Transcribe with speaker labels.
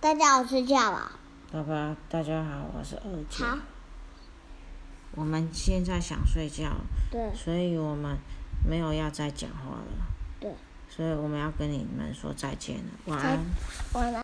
Speaker 1: 大家好，睡觉了。
Speaker 2: 好吧，大家好，我是二姐。
Speaker 1: 好，
Speaker 2: 我们现在想睡觉，
Speaker 1: 对
Speaker 2: 所以我们没有要再讲话了，
Speaker 1: 对，
Speaker 2: 所以我们要跟你们说再见了，晚
Speaker 1: 再
Speaker 2: 安。
Speaker 1: 晚安。